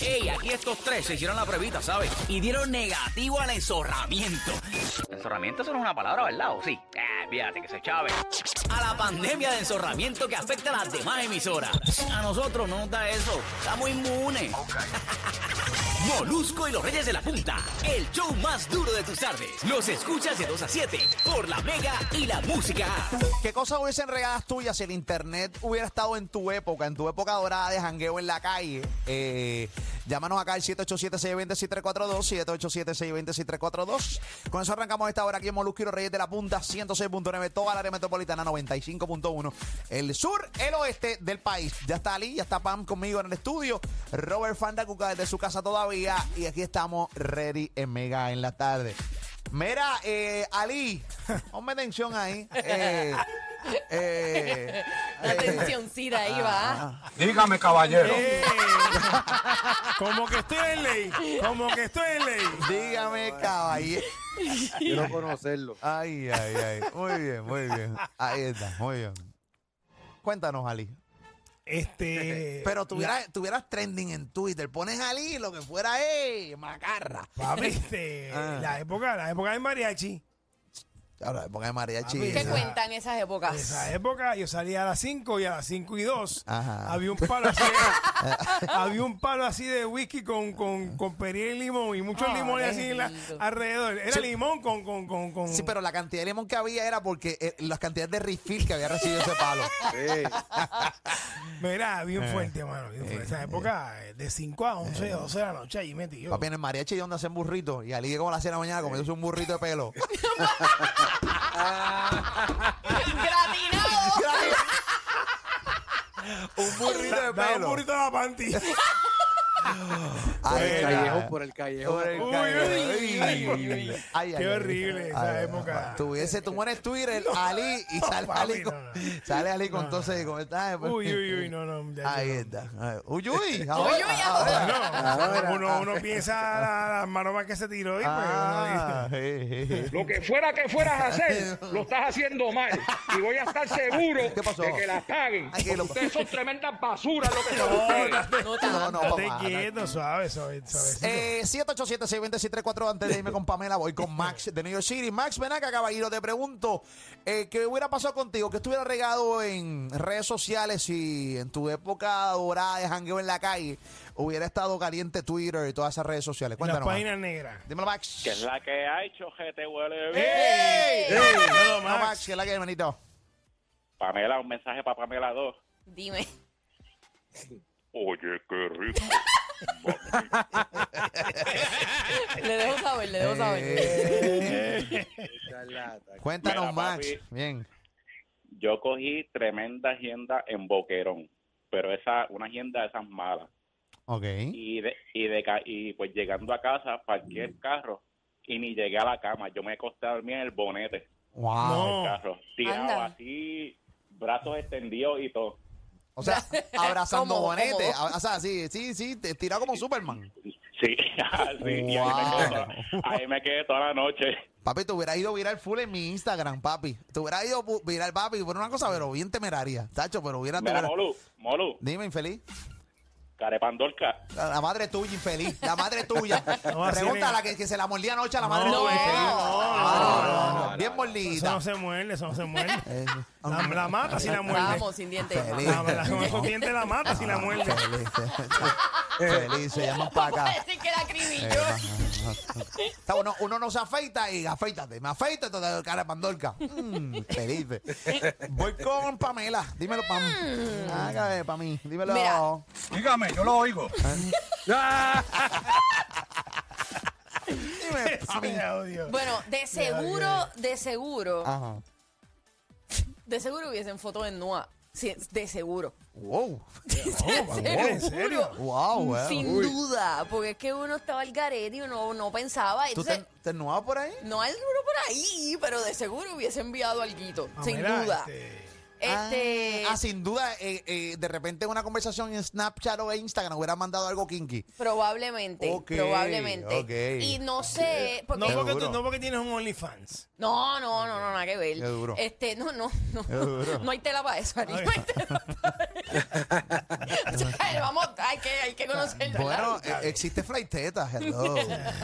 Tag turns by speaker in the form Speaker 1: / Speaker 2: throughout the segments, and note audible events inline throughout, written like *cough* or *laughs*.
Speaker 1: Ey, aquí estos tres se hicieron la pruebita, ¿sabes? Y dieron negativo al enzorramiento. Enzorramiento eso no es una palabra, ¿verdad? ¿O sí? Ah, fíjate que se chave. A la pandemia de enzorramiento que afecta a las demás emisoras. A nosotros no nos da eso. Estamos inmunes. *laughs* Molusco y los Reyes de la Punta. El show más duro de tus tardes. Los escuchas de 2 a 7 por la Mega y la Música.
Speaker 2: ¿Qué cosas hubiesen regadas tuyas si el internet hubiera estado en tu época, en tu época dorada de jangueo en la calle? Eh, llámanos acá al 787-620-6342, 787-620-6342. Con eso arrancamos esta hora aquí en Molusco y los Reyes de la Punta, 106.9, toda la área metropolitana, 95.1, el sur, el oeste del país. Ya está Ali, ya está Pam conmigo en el estudio, Robert Fandacuca desde su casa todavía, y aquí estamos, ready en Mega en la tarde. Mira, eh, Ali, ponme atención ahí. Eh, *laughs* eh, ah,
Speaker 3: La tensióncita ahí va.
Speaker 4: Dígame, caballero.
Speaker 2: Eh.
Speaker 5: ¡Ey! *laughs* Como que estoy en ley. Como que estoy en ley.
Speaker 2: dígame, caballero.
Speaker 6: Quiero conocerlo.
Speaker 2: Ay, ay, ay. Muy bien, muy bien. Ahí está, muy bien. Cuéntanos, Ali.
Speaker 5: Este.
Speaker 2: Pero tuvieras, tuvieras trending en Twitter. Pones Ali, lo que fuera, ¡eh! Macarra.
Speaker 5: Papi, este,
Speaker 2: Ah.
Speaker 5: la época, la época de mariachi.
Speaker 2: Ahora, época de mariachi.
Speaker 5: Papi,
Speaker 3: ¿Qué
Speaker 5: Esa-
Speaker 3: cuentan esas
Speaker 2: Ah,
Speaker 3: épocas?
Speaker 5: Esa época yo salía a las 5 y a las 5 y 2
Speaker 2: Ajá.
Speaker 5: había un palo
Speaker 2: *laughs*
Speaker 5: así de, había un palo así de whisky con, con, con perrier y limón y muchos
Speaker 3: Ah,
Speaker 5: limones
Speaker 3: qué
Speaker 5: así en la-
Speaker 3: rico.
Speaker 5: alrededor. Era limón con, con, con, con-
Speaker 2: Sí, pero la cantidad de limón que había era porque eh, las cantidades de refill que había recibido ese *laughs* palo.
Speaker 6: Sí.
Speaker 5: Mira, bien
Speaker 2: Eh.
Speaker 5: fuerte, mano. bien fuerte. Esa época eh, de 5 a 11, 12 de la noche ahí metido.
Speaker 2: Papi, en el mariachi donde hacen burritos. Y Ali, como a las 6 de la mañana, comiéndose un burrito de pelo.
Speaker 3: ¡Gratinado!
Speaker 2: *laughs* un burrito de
Speaker 5: Daba un
Speaker 2: pelo.
Speaker 5: burrito a la panty.
Speaker 2: *laughs*
Speaker 6: Por
Speaker 2: Ahí
Speaker 6: el
Speaker 2: está.
Speaker 6: callejón, por el callejón.
Speaker 2: Por el
Speaker 5: Uy,
Speaker 2: callejón.
Speaker 5: uy,
Speaker 2: Ay,
Speaker 5: uy,
Speaker 2: ay,
Speaker 5: uy.
Speaker 2: ay, ay,
Speaker 5: Qué horrible
Speaker 2: ay,
Speaker 5: esa
Speaker 2: ay,
Speaker 5: época.
Speaker 2: Tuviese, tú mueres
Speaker 5: *laughs*
Speaker 2: Twitter, Ali, y sale
Speaker 5: papi,
Speaker 2: Ali con,
Speaker 5: no, no.
Speaker 2: *laughs* sale Ali con
Speaker 5: No,
Speaker 2: todo ese-
Speaker 5: no.
Speaker 2: con esta-
Speaker 5: Uy, uy, uy, no, no. ya,
Speaker 2: Ahí
Speaker 5: ya, no.
Speaker 2: está. Ay, Uy, uy, ahora,
Speaker 3: uy, ahora.
Speaker 2: ahora.
Speaker 5: No, Ah, uno, uno piensa la- las maromas que se tiró y pues
Speaker 2: Ah, *laughs* eh.
Speaker 5: uno dice,
Speaker 2: je, je, je.
Speaker 7: Lo que fuera que fueras a
Speaker 2: *laughs*
Speaker 7: hacer, lo estás haciendo mal. Y voy a estar seguro
Speaker 2: ¿Qué pasó?
Speaker 7: de que las paguen.
Speaker 2: Ay, que lo-
Speaker 7: Ustedes son tremendas basuras lo
Speaker 2: *laughs*
Speaker 7: que son ustedes.
Speaker 2: No, no,
Speaker 5: "Estate
Speaker 2: papá.
Speaker 5: quieto, suave, suave, suave.
Speaker 2: Eh, 787-620-634 antes de irme con Pamela, voy con Max de New York City. Max, ven acá, caballero, te pregunto, eh, ¿qué hubiera pasado contigo? ¿Qué estuviera regado en redes sociales y en tu época dorada de jangueo en la calle hubiera estado caliente Twitter y todas esas redes sociales?
Speaker 5: Las
Speaker 2: Cuéntanos. Max.
Speaker 5: páginas negras.
Speaker 2: Dímelo, Max.
Speaker 8: Que es la que hay, chojete, huele
Speaker 5: Eh.
Speaker 8: bien.
Speaker 5: ¡Ey!
Speaker 2: No,
Speaker 5: Dímelo, Max.
Speaker 2: Max, ¿qué es la que hay, manito?
Speaker 8: Pamela, un mensaje para Pamela 2.
Speaker 3: Dime.
Speaker 8: Oye, qué rico.
Speaker 3: Le dejo saber, le dejo saber.
Speaker 2: Eh, Cuéntanos,
Speaker 8: Mira,
Speaker 2: Max.
Speaker 8: papi.
Speaker 2: Bien.
Speaker 8: Yo cogí tremenda agenda en Boquerón, pero esa una agenda de esas malas.
Speaker 2: Ok.
Speaker 8: Y de, y de ca- y pues llegando a casa, parqué el carro y ni llegué a la cama. Yo me acosté a dormir en el bonete
Speaker 2: Wow.
Speaker 5: No.
Speaker 8: del carro, tirado
Speaker 3: Anda.
Speaker 8: así, brazos extendidos y todo.
Speaker 2: O sea, abrazando
Speaker 3: ¿Cómo?
Speaker 2: bonete.
Speaker 3: ¿Cómo?
Speaker 2: O sea, sí, sí, sí, te tirado como Superman.
Speaker 8: Sí, *laughs* así. Y ahí me, quedé toda, ahí me quedé toda la noche.
Speaker 2: Papi, te hubiera ido viral full en mi Instagram, papi. Te hubiera ido pu- viral, papi. Por una cosa, pero bien temeraria. Tacho, pero hubiera. te hubiera-
Speaker 8: Mira, Molu, Molu,
Speaker 2: Dime, infeliz.
Speaker 8: Carepandorca.
Speaker 2: La la madre tuya, infeliz. La madre tuya.
Speaker 5: *laughs* No, así
Speaker 2: Pregunta a la
Speaker 5: me-
Speaker 2: que, que se la mordía anoche a la madre
Speaker 5: No,
Speaker 2: tuya. infeliz.
Speaker 5: pues, no,
Speaker 2: Madre,
Speaker 5: no,
Speaker 2: Ah, no, no. Bien
Speaker 5: Eso
Speaker 2: mordida.
Speaker 5: no se muerde, eso no se muerde.
Speaker 2: Eh,
Speaker 5: La, la mata si la muerde.
Speaker 3: Vamos, sin dientes.
Speaker 2: Feliz.
Speaker 5: La, la- con esos dientes la mata si
Speaker 2: Ah,
Speaker 5: la muerde.
Speaker 2: Feliz, feliz, se llaman para acá.
Speaker 3: Parece que era criminal.
Speaker 2: Eh, Está bueno, uno no se afeita y afeítate. Me afeito te doy cara de pandorca. Mm, feliz. Voy con Pamela. Dímelo, Pam. Ah, Hágame, para mí. Dímelo.
Speaker 3: Mm. Mira.
Speaker 4: Dígame, yo lo oigo.
Speaker 2: Dime, Pami.
Speaker 5: Ay, odio.
Speaker 3: Bueno, de seguro, de seguro,
Speaker 2: Ajá.
Speaker 3: de seguro hubiesen fotos en Noa. Sí, de seguro.
Speaker 2: Wow.
Speaker 5: ¿En serio?
Speaker 2: Wow, eh. wow.
Speaker 3: Mm, Sin duda, porque es que uno estaba al garete y uno no pensaba.
Speaker 2: ¿Tú
Speaker 3: Entonces,
Speaker 2: te, te ennubas por ahí?
Speaker 3: no hay uno por ahí, pero de seguro hubiese enviado algo, sin
Speaker 5: Pamela,
Speaker 3: duda.
Speaker 5: Ah, este,
Speaker 3: Este,
Speaker 2: Ah, ah, sin duda, eh, eh, de repente en una conversación en Snapchat o en Instagram hubiera mandado algo kinky.
Speaker 3: Probablemente,
Speaker 2: Ok,
Speaker 3: probablemente.
Speaker 2: ok.
Speaker 3: Y no sé, porque
Speaker 5: No porque,
Speaker 2: Seguro.
Speaker 5: tú- no porque tienes un OnlyFans.
Speaker 3: No, no, no, no, nada que ver.
Speaker 2: Qué duro.
Speaker 3: Este, no, no, no.
Speaker 2: Qué duro.
Speaker 3: No hay tela para eso, Ani.
Speaker 5: Ay.
Speaker 3: No hay tela para
Speaker 2: *laughs*
Speaker 3: eso. O sea, Vamos, hay que, hay que conocer.
Speaker 2: Bueno, eh, existe flaiteta, hello.
Speaker 3: *laughs*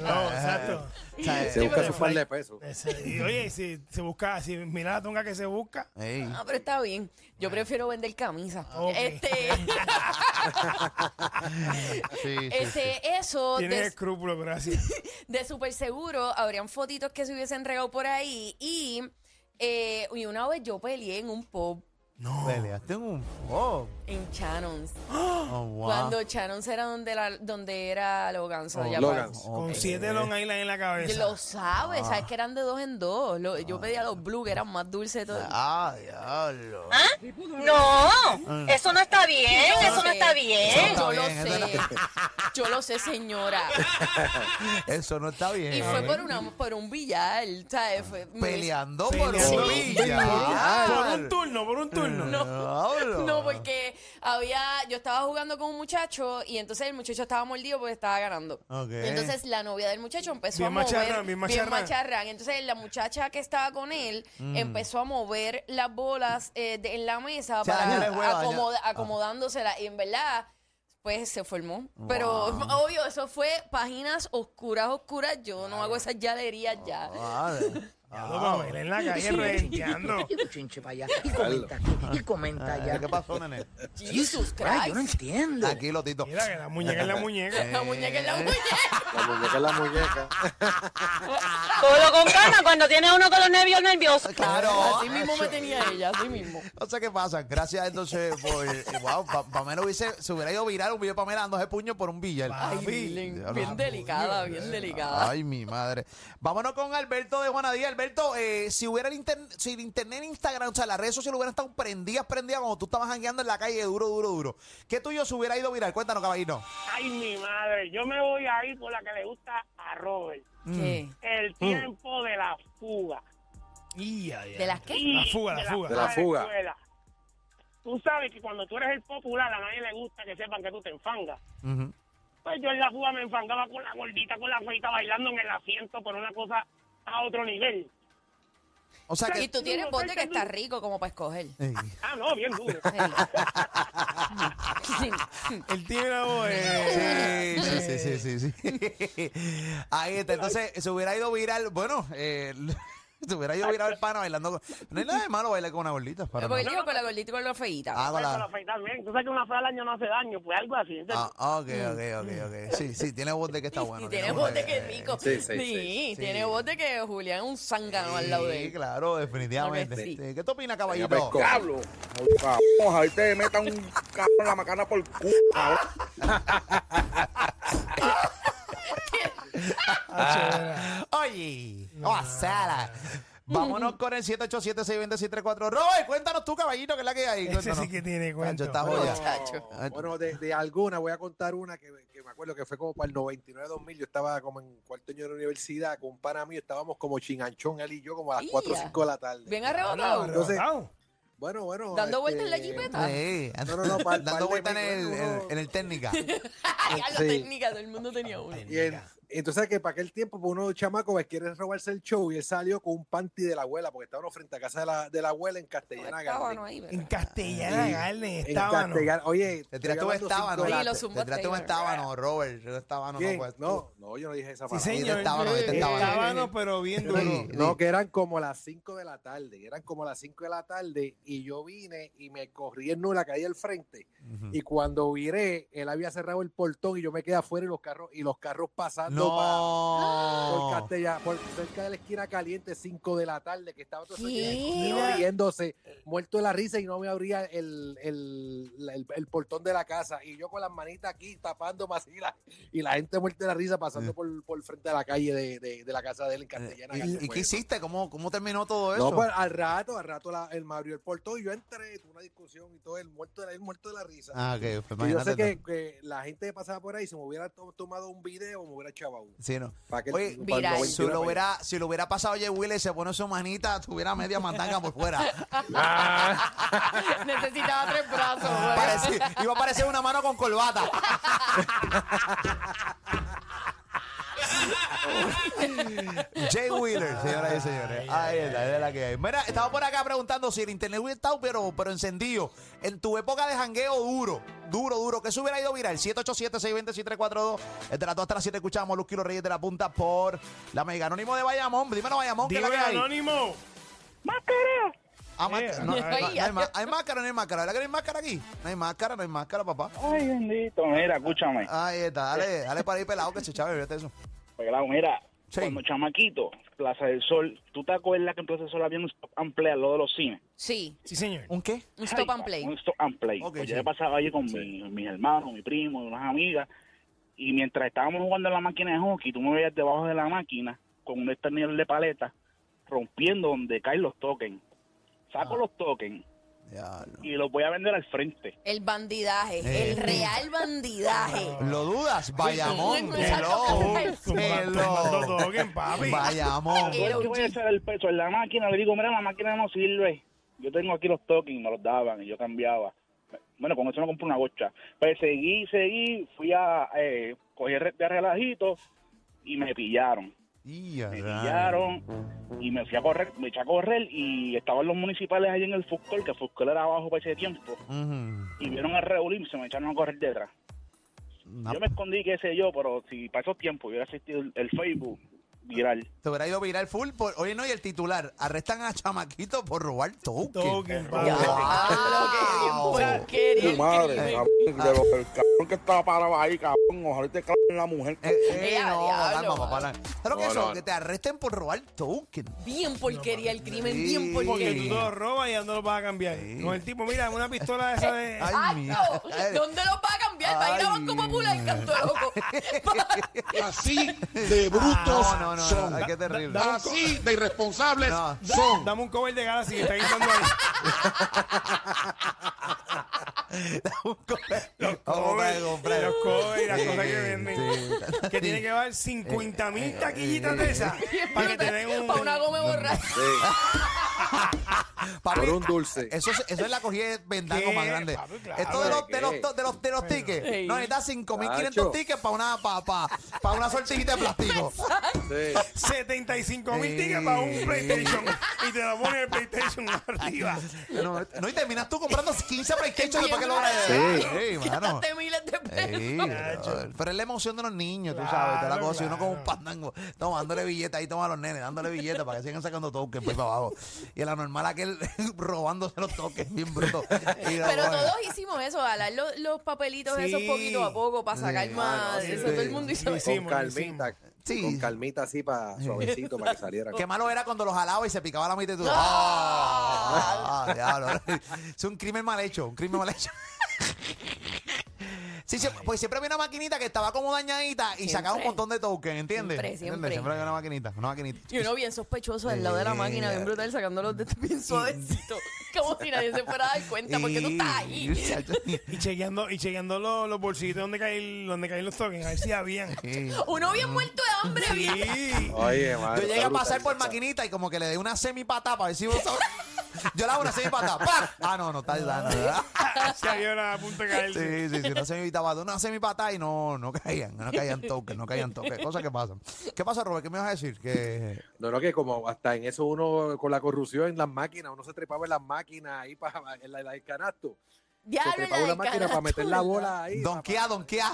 Speaker 5: No, exacto.
Speaker 2: O sea,
Speaker 6: Se
Speaker 2: eh,
Speaker 6: busca su par de pesos.
Speaker 5: Ese- y oye, si se busca, si mira la tunga que se busca.
Speaker 2: ey.
Speaker 3: Ah, pero está bien. Yo prefiero vender camisas.
Speaker 5: Ok.
Speaker 2: *laughs*
Speaker 3: Este,
Speaker 2: Sí, sí, sí.
Speaker 3: este, eso
Speaker 5: Tienes
Speaker 3: de,
Speaker 5: escrúpulos, gracias.
Speaker 3: de super seguro habrían fotitos que se hubiesen regado por ahí. Y, eh, y una vez yo peleé en un pub
Speaker 5: No.
Speaker 2: Peleaste en un... Oh,
Speaker 3: en Shannon's.
Speaker 2: oh, wow.
Speaker 3: Cuando Shannon's era donde, la, donde era Logan. so
Speaker 2: Oh, Ah.
Speaker 3: ya
Speaker 6: Logan.
Speaker 3: pa-
Speaker 5: Con
Speaker 2: Ok.
Speaker 5: siete Long Island en la cabeza.
Speaker 3: Lo sabes, sabes que eran de dos en dos. Lo- yo pedía los blue que eran más dulces. Todo.
Speaker 2: Ah, diablo.
Speaker 3: ¿Ah?
Speaker 9: No, eso no está bien,
Speaker 3: Yo
Speaker 9: eso no
Speaker 3: sé,
Speaker 9: está bien.
Speaker 2: Eso
Speaker 3: Yo
Speaker 2: no
Speaker 3: lo
Speaker 2: está bien,
Speaker 3: sé. Yo lo sé, señora.
Speaker 2: Eso no está bien.
Speaker 3: Y fue por, una, por un billar, ¿sabes? Fue- me-
Speaker 2: Peleando por un
Speaker 5: Peleando.
Speaker 2: billar.
Speaker 5: Por un turno, por un turno.
Speaker 2: Diablo.
Speaker 3: No, porque había, yo estaba jugando con un muchacho y entonces el muchacho estaba mordido porque estaba ganando.
Speaker 2: Ok.
Speaker 3: Entonces la novia del muchacho empezó
Speaker 5: Bien
Speaker 3: a mover.
Speaker 5: macharrán, bien macharrán.
Speaker 3: macharrán. Entonces la muchacha que estaba con él empezó a mover las bolas eh, de- en la mesa
Speaker 2: sea,
Speaker 3: para
Speaker 2: ya le juega, ya.
Speaker 3: acomoda- acomodándoselas. Y en verdad, pues se formó. Pero *laughs* obvio, eso fue páginas oscuras, oscuras. Yo no hago esas yalerías ya.
Speaker 2: Madre.
Speaker 5: Ya lo vamos a ver
Speaker 3: *laughs*
Speaker 5: en la calle renteando.
Speaker 9: Chinche para allá, y comenta aquí, y comenta
Speaker 2: Ah, ¿Qué pasó,
Speaker 3: *laughs*
Speaker 2: nene?
Speaker 3: Jesus Christ.
Speaker 9: entiendo.
Speaker 2: Tranquilo, Tito.
Speaker 5: Mira que la muñeca es
Speaker 3: *laughs*
Speaker 5: la muñeca.
Speaker 3: La muñeca es la muñeca.
Speaker 6: La muñeca es la muñeca.
Speaker 9: Todo con calma cuando tiene uno con los nervios nerviosos.
Speaker 2: Claro.
Speaker 3: Así mismo me tenía ella, así mismo.
Speaker 2: No sé qué pasa. Gracias entonces por. eh, wow, Pa- Pamela hubiese, se hubiera ido viral un video de Pamela dándose puño por un billar.
Speaker 5: Ay,
Speaker 3: Bien,
Speaker 2: Diablo.
Speaker 3: bien
Speaker 2: ¿eh?
Speaker 3: delicada,
Speaker 2: Ah,
Speaker 3: bien delicada.
Speaker 2: Ay, mi madre. Vámonos con Alberto de Juanadía. Alberto, eh, si hubiera el internet, si el internet en Instagram, o sea, las redes sociales hubieran estado prendidas, prendidas, cuando tú estabas jangueando en la calle, duro, duro, duro. ¿Qué tuyo se hubiera ido viral? Cuéntanos, caballito.
Speaker 10: Ay, mi madre, yo me voy a ir por la que le gusta a Robert.
Speaker 3: ¿Qué?
Speaker 2: mm.
Speaker 10: El tiempo de la fuga.
Speaker 5: Y ya, ya.
Speaker 3: ¿De las qué?
Speaker 10: Y
Speaker 5: La fuga, la fuga.
Speaker 6: De la fuga.
Speaker 10: escuela. Tú sabes que cuando tú eres el popular, a nadie le gusta que sepan que tú te enfangas.
Speaker 2: Ujú.
Speaker 10: Pues yo en la fuga me enfangaba con la gordita, con la feita, bailando en el asiento por una cosa a otro nivel.
Speaker 2: O sea
Speaker 3: Y
Speaker 2: que.
Speaker 3: tú tienes bote que está rico como
Speaker 2: *laughs*
Speaker 3: para escoger.
Speaker 2: Ey.
Speaker 10: Ah, no,
Speaker 2: *laughs*
Speaker 10: bien duro.
Speaker 3: Sí.
Speaker 5: Él tiene la voz. eh,
Speaker 2: Sí, sí, sí, sí, sí, sí. Ahí está. Entonces, se hubiera ido viral. Bueno, eh, se hubiera ido viral el pana bailando. con- No hay nada de malo bailar con una gordita. Para
Speaker 3: Porque él
Speaker 2: nada.
Speaker 3: dijo con la gordita y con la feita.
Speaker 2: Ah, con
Speaker 10: Pues,
Speaker 2: la-
Speaker 10: con la feita también. Tú sabes que una fea al año no hace daño, pues algo así. Entonces,
Speaker 2: Ah, ok, ok, ok, ok. Sí, sí, tiene voz de que está bueno.
Speaker 3: y tiene bote que es
Speaker 2: eh,
Speaker 3: rico.
Speaker 6: sí, sí, sí,
Speaker 3: tiene bote que Julián es un zángano al lado de
Speaker 2: Sí,
Speaker 3: él.
Speaker 2: claro, definitivamente.
Speaker 3: Sí.
Speaker 2: Este, ¿Qué te opina,
Speaker 6: Ya
Speaker 2: caballito?
Speaker 6: pescó.
Speaker 7: Pablo, vamos a ver, te meta un cabrón en la macana por culo. cabrón.
Speaker 2: Oye, o a Sara. Vámonos con el 787-620-634. Robert, cuéntanos tú, caballito, que es la que hay.
Speaker 5: Ese sí
Speaker 2: Cuéntanos.
Speaker 5: que tiene
Speaker 2: Cacho,
Speaker 5: cuento.
Speaker 2: está
Speaker 6: Bueno,
Speaker 2: joya.
Speaker 3: Muchacho.
Speaker 6: Bueno, de, de alguna voy a contar una que, que me acuerdo que fue como para el 99-2000. Yo estaba como en cuarto año de la universidad con un pana mío. Estábamos como chinganchón, él y yo, como a las 4 o
Speaker 3: Ia.
Speaker 6: 5 de la tarde.
Speaker 3: Bien
Speaker 5: Hola,
Speaker 3: arrebatado.
Speaker 6: Yo sé.
Speaker 5: arrebatado.
Speaker 6: Bueno, bueno.
Speaker 3: Dando
Speaker 6: este,
Speaker 3: vueltas en la jipeta.
Speaker 2: Sí,
Speaker 6: No, no, no, pal- pal
Speaker 2: dando
Speaker 6: de
Speaker 2: vueltas en el,
Speaker 6: micrófono.
Speaker 2: en- en el
Speaker 6: *laughs*
Speaker 2: técnica.
Speaker 3: *laughs* Ay, a la
Speaker 6: Sí.
Speaker 3: técnica, todo el mundo tenía uno.
Speaker 6: Y él- entonces que para aquel tiempo, pues uno chamaco pues, quiere robarse el show y él salió con un panty de la abuela, porque estábamos frente a casa de la, de la abuela en Castellana
Speaker 3: Estaba no
Speaker 6: Garden.
Speaker 3: ahí, ¿verdad?
Speaker 5: En Castellana Garden
Speaker 6: En
Speaker 5: estaba. ¿no?
Speaker 6: Castellana, oye,
Speaker 2: Te tiraste un estábano.
Speaker 3: Sí, lo
Speaker 6: No,
Speaker 2: Te
Speaker 3: zumbaste
Speaker 2: tiraste un
Speaker 3: ahí.
Speaker 2: estábano, Robert. Un estábano, no, pues,
Speaker 6: no, no, yo no dije esa
Speaker 5: Sí,
Speaker 6: palabra.
Speaker 5: señor.
Speaker 2: estábano, ahí te estábano.
Speaker 5: Estábano, pero bien duro.
Speaker 2: Sí.
Speaker 6: *laughs* No, que eran como las 5 de la tarde, eran como las 5 de la tarde y yo vine y me corrí en una calle al frente
Speaker 2: Ujú.
Speaker 6: y cuando viré, él había cerrado el portón y yo me quedé afuera y los carros y los carros pasando para por
Speaker 2: No.
Speaker 6: Castellá, por cerca de la esquina caliente, 5 de la tarde, que estaba todo eso
Speaker 3: ¿Qué?
Speaker 6: lleno, riéndose, muerto de la risa y no me abría el, el, la- el- el portón de la casa. Y yo con las manitas aquí tapando así, la- y la gente muerta de la risa pasando por, por frente de la calle de, de- de la casa de él en Castellana. Garden,
Speaker 2: Eh. ¿Y, y
Speaker 6: fue
Speaker 2: qué
Speaker 6: eso.
Speaker 2: hiciste? ¿Cómo, ¿Cómo terminó todo eso?
Speaker 6: No, pues al rato, al rato la- él me abrió el portón y yo entré, tuve una discusión y todo, el muerto de la, el muerto de la risa.
Speaker 2: Ah, ok. Pues
Speaker 6: Que yo
Speaker 2: imagínate.
Speaker 6: sé que, que la gente que pasaba por ahí, si me hubiera to- tomado un video, me hubiera echado acabado.
Speaker 2: Sí, no.
Speaker 6: Pa' que-
Speaker 2: Oye,
Speaker 6: pa' el 91
Speaker 2: si
Speaker 6: pa' allá.
Speaker 2: lo, hubiera, si lo hubiera pasado Jay Willis, se pone su manita, tuviera media mandanga por fuera.
Speaker 3: *laughs* Necesitaba tres brazos, güey.
Speaker 2: Ah, Parece- iba a parecer una mano con corbata. Jay Wheeler, señoras y señores. Ahí está, es la que hay. Mira, estaba por acá preguntando si el internet hubiera estado, pero, pero encendido. En tu época de jangueo duro, duro, duro, que se hubiera ido viral. 787-620-6342. Entre las 2 hasta las 7 escuchamos a Luz Kilo Reyes de la Punta por la Mega Anónimo de Bayamón. Dímelo, Bayamón, que es la que
Speaker 5: Dime
Speaker 2: hay.
Speaker 5: anónimo.
Speaker 2: Ah, ma-
Speaker 5: Yeah.
Speaker 2: no, no, no,
Speaker 3: Ay,
Speaker 2: hay
Speaker 3: ay,
Speaker 2: ma- hay máscara, no hay máscara. ¿Verdad que no hay máscara aquí? No hay máscara, no hay máscara, papá.
Speaker 8: Ay, bendito, mira, escúchame.
Speaker 6: Ah,
Speaker 2: Ahí está, eh, dale, dale para ir pelado que se chave, fíjate eso.
Speaker 8: Pelado, mira,
Speaker 2: Sí.
Speaker 8: cuando chamaquito, Plaza del Sol, ¿tú te acuerdas que en Plaza del Sol había un stop and play al lado de los cines?
Speaker 3: Sí,
Speaker 5: Sí, señor.
Speaker 2: ¿Un qué?
Speaker 3: un stop
Speaker 8: Ay,
Speaker 3: and play.
Speaker 8: Un stop and play.
Speaker 2: Ok,
Speaker 8: Pues
Speaker 2: sí.
Speaker 8: Yo pasaba allí con mi- mis hermanos, mi primo, unas amigas, y mientras estábamos jugando en la máquina de hockey, tú me veías debajo de la máquina con un external de paleta rompiendo donde caen los tokens.
Speaker 2: Ah.
Speaker 8: Saco los tokens
Speaker 2: Diablo.
Speaker 8: y los voy a vender al frente.
Speaker 3: El bandidaje,
Speaker 2: Eh.
Speaker 3: el real
Speaker 2: *laughs*
Speaker 3: bandidaje.
Speaker 2: ¿Lo dudas? Bayamón.
Speaker 3: Sí, sí, sí.
Speaker 2: Hello.
Speaker 5: Tumbando- tumbando
Speaker 2: Hello.
Speaker 5: token, papi.
Speaker 2: Bayamón.
Speaker 3: El
Speaker 8: Yo le voy a
Speaker 3: OG.
Speaker 8: echar el peso en la máquina, le digo, mira, la máquina no sirve. Yo tengo aquí los tokens, me los daban y yo cambiaba. Bueno, con eso me compré una gocha. Pues seguí, seguí, fui a eh, cogí re- de relajito y me pillaron.
Speaker 2: Y a
Speaker 8: Me
Speaker 2: rayos.
Speaker 8: pillaron y me fui a correr, me eché a correr y estaban los municipales ahí en el fútbol, que el fútbol era abajo para ese tiempo,
Speaker 2: Ujú.
Speaker 8: y vieron el revolín y se me echaron a correr detrás.
Speaker 2: No,
Speaker 8: Yo me escondí, qué sé yo, pero si para esos tiempos hubiera asistido el, el Facebook viral.
Speaker 2: Te hubiera ido a virar full. Por, oye, no, y el titular. Arrestan a Chamaquito por robar token.
Speaker 5: Token, papi.
Speaker 2: Wow.
Speaker 6: Tu madre, cabrón, de lo- el cabrón que estaba parado ahí, cabrón. Ojalá y te claven la mujer.
Speaker 2: Eh, eh,
Speaker 3: Ya,
Speaker 2: no,
Speaker 3: diablo.
Speaker 2: calma, papá. la- Claro que
Speaker 6: No,
Speaker 2: eso,
Speaker 6: no.
Speaker 2: que te arresten por robar token.
Speaker 3: Bien porquería el crimen,
Speaker 2: Sí.
Speaker 3: bien
Speaker 5: Porque tú te
Speaker 3: porquería.
Speaker 5: lo robas y ya no lo vas a cambiar. Con el tipo, mira, una pistola
Speaker 2: *laughs*
Speaker 5: esa de.
Speaker 2: Ay, mía.
Speaker 3: ¡Exacto!
Speaker 2: Ay.
Speaker 3: ¿Dónde los va a cambiar? Va a ir a Banco
Speaker 2: Ay.
Speaker 3: Popular, canto loco.
Speaker 11: Así de
Speaker 2: Ah,
Speaker 11: brutos
Speaker 2: no, no, no,
Speaker 11: son.
Speaker 2: ay, qué terrible.
Speaker 11: Así de irresponsables
Speaker 2: No.
Speaker 11: son.
Speaker 5: Dame un cover de Galaxy que está
Speaker 2: *laughs*
Speaker 5: gritando ahí. Los covers,
Speaker 2: Vamos a comprar.
Speaker 5: los covers y las cosas que
Speaker 2: Sí, Eh,
Speaker 5: venden. Que tiene que haber 50 mil taquillitas de esas para que te den un.
Speaker 3: Para una goma borracha.
Speaker 2: Papi, ah,
Speaker 6: Por un dulce.
Speaker 2: Eso, es- eso es la cogida de vendango
Speaker 5: ¿Qué?
Speaker 2: más grande.
Speaker 5: Papi, claro.
Speaker 2: Esto de los,
Speaker 6: ¿Qué?
Speaker 2: de los, to- de los, de los tickets.
Speaker 3: Ey.
Speaker 2: No, necesitas 5.500
Speaker 6: Tacho.
Speaker 2: tickets para una, pa, pa, pa una sortijita de plástico.
Speaker 5: 75 mil
Speaker 2: Sí.
Speaker 5: tickets para un PlayStation y te lo ponen el
Speaker 2: *laughs*
Speaker 5: PlayStation arriba.
Speaker 2: No, no, y terminas tú comprando 15 PlayStation después que lo hagas.
Speaker 3: Sí.
Speaker 2: Ey, mano.
Speaker 3: Gastaste miles de pesos.
Speaker 2: Ey, brother. pero es la emoción de los niños, tú sabes, toda la
Speaker 5: Claro,
Speaker 2: cosa, y uno con un
Speaker 5: claro.
Speaker 2: pandango, tomándole billetes ahí, toma a los nenes, dándole billetes para que sigan sacando tokens pues, para abajo. Y el anormal aquel *laughs* robándose los tokens, bien bruto. Y la-
Speaker 3: Pero todos hicimos eso, jalar los, los papelitos
Speaker 5: Sí.
Speaker 3: esos poquito a poco para sacar
Speaker 2: Sí.
Speaker 3: más.
Speaker 2: Ah, no,
Speaker 3: eso
Speaker 2: sí.
Speaker 3: todo el mundo hizo
Speaker 5: Lo
Speaker 3: eso.
Speaker 5: hicimos,
Speaker 6: Con
Speaker 5: lo hicimos.
Speaker 6: calmita.
Speaker 2: Sí.
Speaker 6: Con calmita así para suavecito, para que saliera.
Speaker 2: Qué malo era cuando los jalaba y se picaba la mitad y tú.
Speaker 3: ¡Ah!
Speaker 2: ¡Ah! diablo. *laughs* Es un crimen mal hecho, un crimen mal hecho. Sí, sí, pues siempre había una maquinita que estaba como dañadita y sacaba un
Speaker 3: Siempre.
Speaker 2: montón de tokens, ¿entiendes?
Speaker 3: Siempre,
Speaker 2: ¿Entiendes?
Speaker 3: siempre.
Speaker 2: Siempre había una maquinita, una maquinita.
Speaker 3: Y uno bien sospechoso al lado de la máquina, bien brutal, sacando los dedos bien suavecito. Como si nadie se fuera a dar cuenta, porque tú estás ahí.
Speaker 2: ahí.
Speaker 5: Y chequeando, y chequeando los, los bolsitos donde caen, donde caen los tokens, a ver si habían.
Speaker 3: Uno
Speaker 2: Mm.
Speaker 3: bien muerto de hambre, bien.
Speaker 5: Sí.
Speaker 6: Oye, madre.
Speaker 2: Yo llegué a
Speaker 6: está
Speaker 2: pasar
Speaker 6: brutal,
Speaker 2: por
Speaker 6: está-
Speaker 2: maquinita y como que le di una semipatá para ver si vos sabés. Yo le hago una semipatá. ¡Pam! Ah, no, no está dando, ¿verdad?
Speaker 5: *laughs* Si había una a punto de caerse.
Speaker 2: Sí, sí,
Speaker 3: *laughs*
Speaker 2: sí, una semipatá, una semipatá y no, no caían, no caían toques, no caían toques, cosas que pasan. ¿Qué pasa, Robert? ¿Qué me vas a decir? Que
Speaker 6: No, no, que como hasta en eso uno con la corrupción en las máquinas, uno se trepaba en las máquinas ahí para en la, en la del canasto. Se
Speaker 3: Diablo, en la
Speaker 6: trepaba en la
Speaker 3: del
Speaker 6: máquina para meter la
Speaker 3: canasto.
Speaker 6: bola ahí.
Speaker 2: Donquea,
Speaker 6: papá.
Speaker 2: donquea.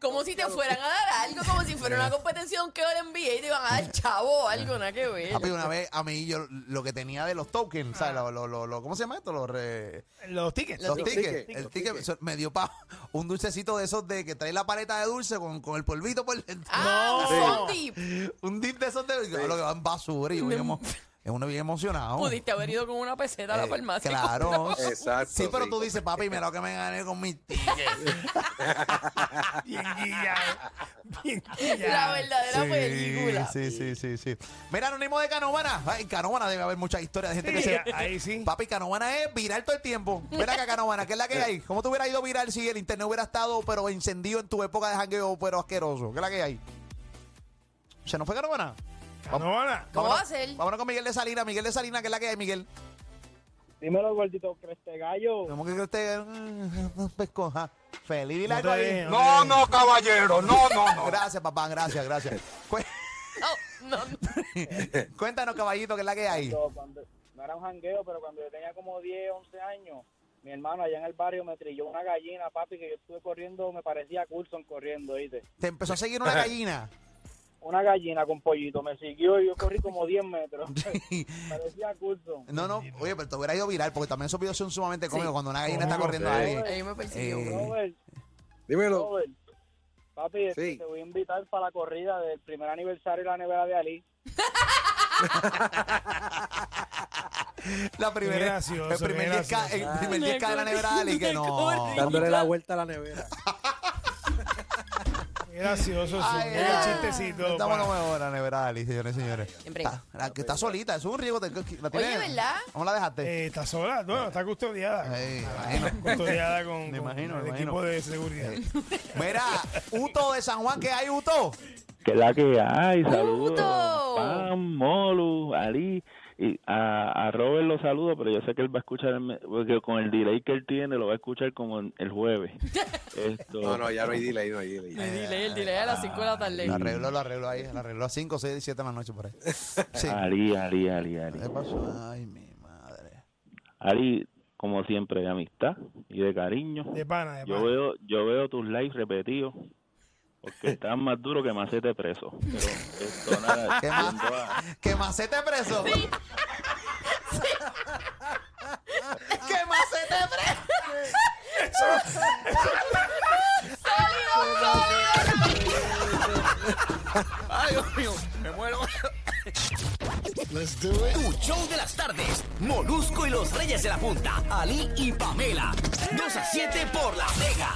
Speaker 3: Como si te fueran a dar algo, como si fuera una competencia de un queo en NBA y te iban a dar chavo o algo, nada que ver.
Speaker 2: papi, una vez a mí yo lo que tenía de los tokens, ¿sabes? Lo, lo, lo- lo- ¿Cómo se llama esto? Los, re-
Speaker 5: Los tickets.
Speaker 2: los
Speaker 6: los
Speaker 2: tickets.
Speaker 6: tickets,
Speaker 2: El
Speaker 6: los
Speaker 2: ticket
Speaker 6: tickets.
Speaker 2: so- me dio pa un dulcecito de esos de que trae la paleta de dulce con, con el polvito por dentro.
Speaker 3: Ah,
Speaker 5: No.
Speaker 3: un sound dip.
Speaker 2: *laughs* Un dip de esos de lo que van basura y yo bien emo- uno bien emocionado.
Speaker 3: Pudiste haber ido con una peseta a la
Speaker 2: Eh,
Speaker 3: farmacia.
Speaker 2: Claro.
Speaker 6: Exacto,
Speaker 2: Sí, pero
Speaker 6: sí.
Speaker 2: tú dices, papi, mira lo que me gané con mis tickets.
Speaker 5: Bien guillado.
Speaker 2: *laughs*
Speaker 5: Bien guillado.
Speaker 3: La verdadera
Speaker 2: Sí,
Speaker 3: película.
Speaker 2: Sí, sí, sí, sí. Mira, Anónimo de Canovana. Ay, Canovana debe haber muchas historias de gente que
Speaker 5: Sí,
Speaker 2: se...
Speaker 5: ahí sí.
Speaker 2: Papi, Canovana es viral todo el tiempo. Mira acá, Canovana, ¿qué es la que hay? ¿Cómo te hubiera ido viral si el internet hubiera estado pero encendido en tu época de jangueo, pero asqueroso? ¿Qué es la que hay? Se nos fue Canovana.
Speaker 5: Canovana.
Speaker 3: ¿Cómo va a ser?
Speaker 2: Vámonos con Miguel de Salina. Miguel de Salina, que es la que hay, Miguel.
Speaker 10: Dímelo, gordito, creste gallo.
Speaker 2: ¿Cómo que usted mm, *laughs* pescó? ajá. Feliz día
Speaker 5: No te dejes,
Speaker 4: No,
Speaker 5: no
Speaker 4: no, caballero, no, no, no.
Speaker 2: Gracias, papá, gracias, gracias.
Speaker 10: *laughs*
Speaker 2: Cué-
Speaker 3: Oh, No, no, no.
Speaker 2: Cuéntanos, caballito, que es la que hay.
Speaker 10: Cuando- cuando- no era un jangueo, pero cuando yo tenía como 10, 11 años, mi hermano allá en el barrio me trilló una gallina, papi, que yo estuve corriendo, me parecía a Coulson corriendo, ¿viste?
Speaker 2: Te empezó a seguir una gallina.
Speaker 10: Una gallina con pollito, me siguió y yo corrí como 10 metros. parecía a Coulson.
Speaker 2: No, no, oye, pero te hubiera ido viral porque también esos videos son sumamente cómicos cuando una gallina está
Speaker 6: Sí.
Speaker 2: corriendo a alguien.
Speaker 3: Ahí me persiguió.
Speaker 2: Eh,
Speaker 10: Robert,
Speaker 6: Dímelo.
Speaker 10: Robert, papi, este,
Speaker 6: Sí.
Speaker 10: te voy a invitar para la corrida del primer aniversario de la nevera de Ali.
Speaker 2: La
Speaker 5: Qué
Speaker 2: primera,
Speaker 5: gracioso,
Speaker 2: el primer
Speaker 5: qué
Speaker 2: disca,
Speaker 5: gracioso.
Speaker 2: el primer disca de la nevera de Ali, que no.
Speaker 6: Dándole la vuelta a la nevera.
Speaker 5: Qué gracioso, sí.
Speaker 2: Ay,
Speaker 5: Mira
Speaker 2: ay.
Speaker 5: el chistecito.
Speaker 2: Estamos
Speaker 5: pa.
Speaker 2: como ahora, nevera de Ali, señores y señores.
Speaker 3: Siempre.
Speaker 2: Está- la que está solita, es un riego. te- la tiene-
Speaker 3: Oye, ¿verdad?
Speaker 2: ¿Cómo la dejaste?
Speaker 5: Eh, está sola, no, está custodiada.
Speaker 2: Ey,
Speaker 5: Ah,
Speaker 2: imagino.
Speaker 5: Custodiada con,
Speaker 2: Me
Speaker 5: con
Speaker 2: imagino,
Speaker 5: el
Speaker 2: me imagino. Eh.
Speaker 5: equipo de seguridad.
Speaker 2: Mira, Uto de San Juan, ¿qué hay, Uto?
Speaker 8: Que la que hay,
Speaker 3: Puto.
Speaker 8: saludos. Pam, Molu, Ali. Y a, a Robert lo saludo, pero yo sé que él va a escuchar, el me- porque con el delay que él tiene, lo va a escuchar como en- el jueves. Esto,
Speaker 6: No, no, ya no hay delay, no hay delay.
Speaker 3: El delay, el delay a las 5 de la tarde.
Speaker 2: Lo arregló, lo arregló ahí. Lo arregló a 5, 6, 7 de la noche por ahí. Sí.
Speaker 8: Ali, Ali, Ali, Ali.
Speaker 2: ¿Qué pasó? Ay, mi madre.
Speaker 8: Ali, como siempre, de amistad y de cariño.
Speaker 5: De pana, de
Speaker 8: Yo
Speaker 5: pana.
Speaker 8: veo, yo veo tus lives repetidos, porque están más duros que macete preso. Pero esto nada,
Speaker 2: ¿Qué más?
Speaker 8: yendo a-
Speaker 2: ¿Qué macete preso? Sí. ¿Qué macete preso?
Speaker 3: *laughs*
Speaker 1: Ay, Dios mío, me muero. Tu show de las tardes. Molusco y los Reyes de la Punta. Ali y Pamela. 2 a 7 por la Vega.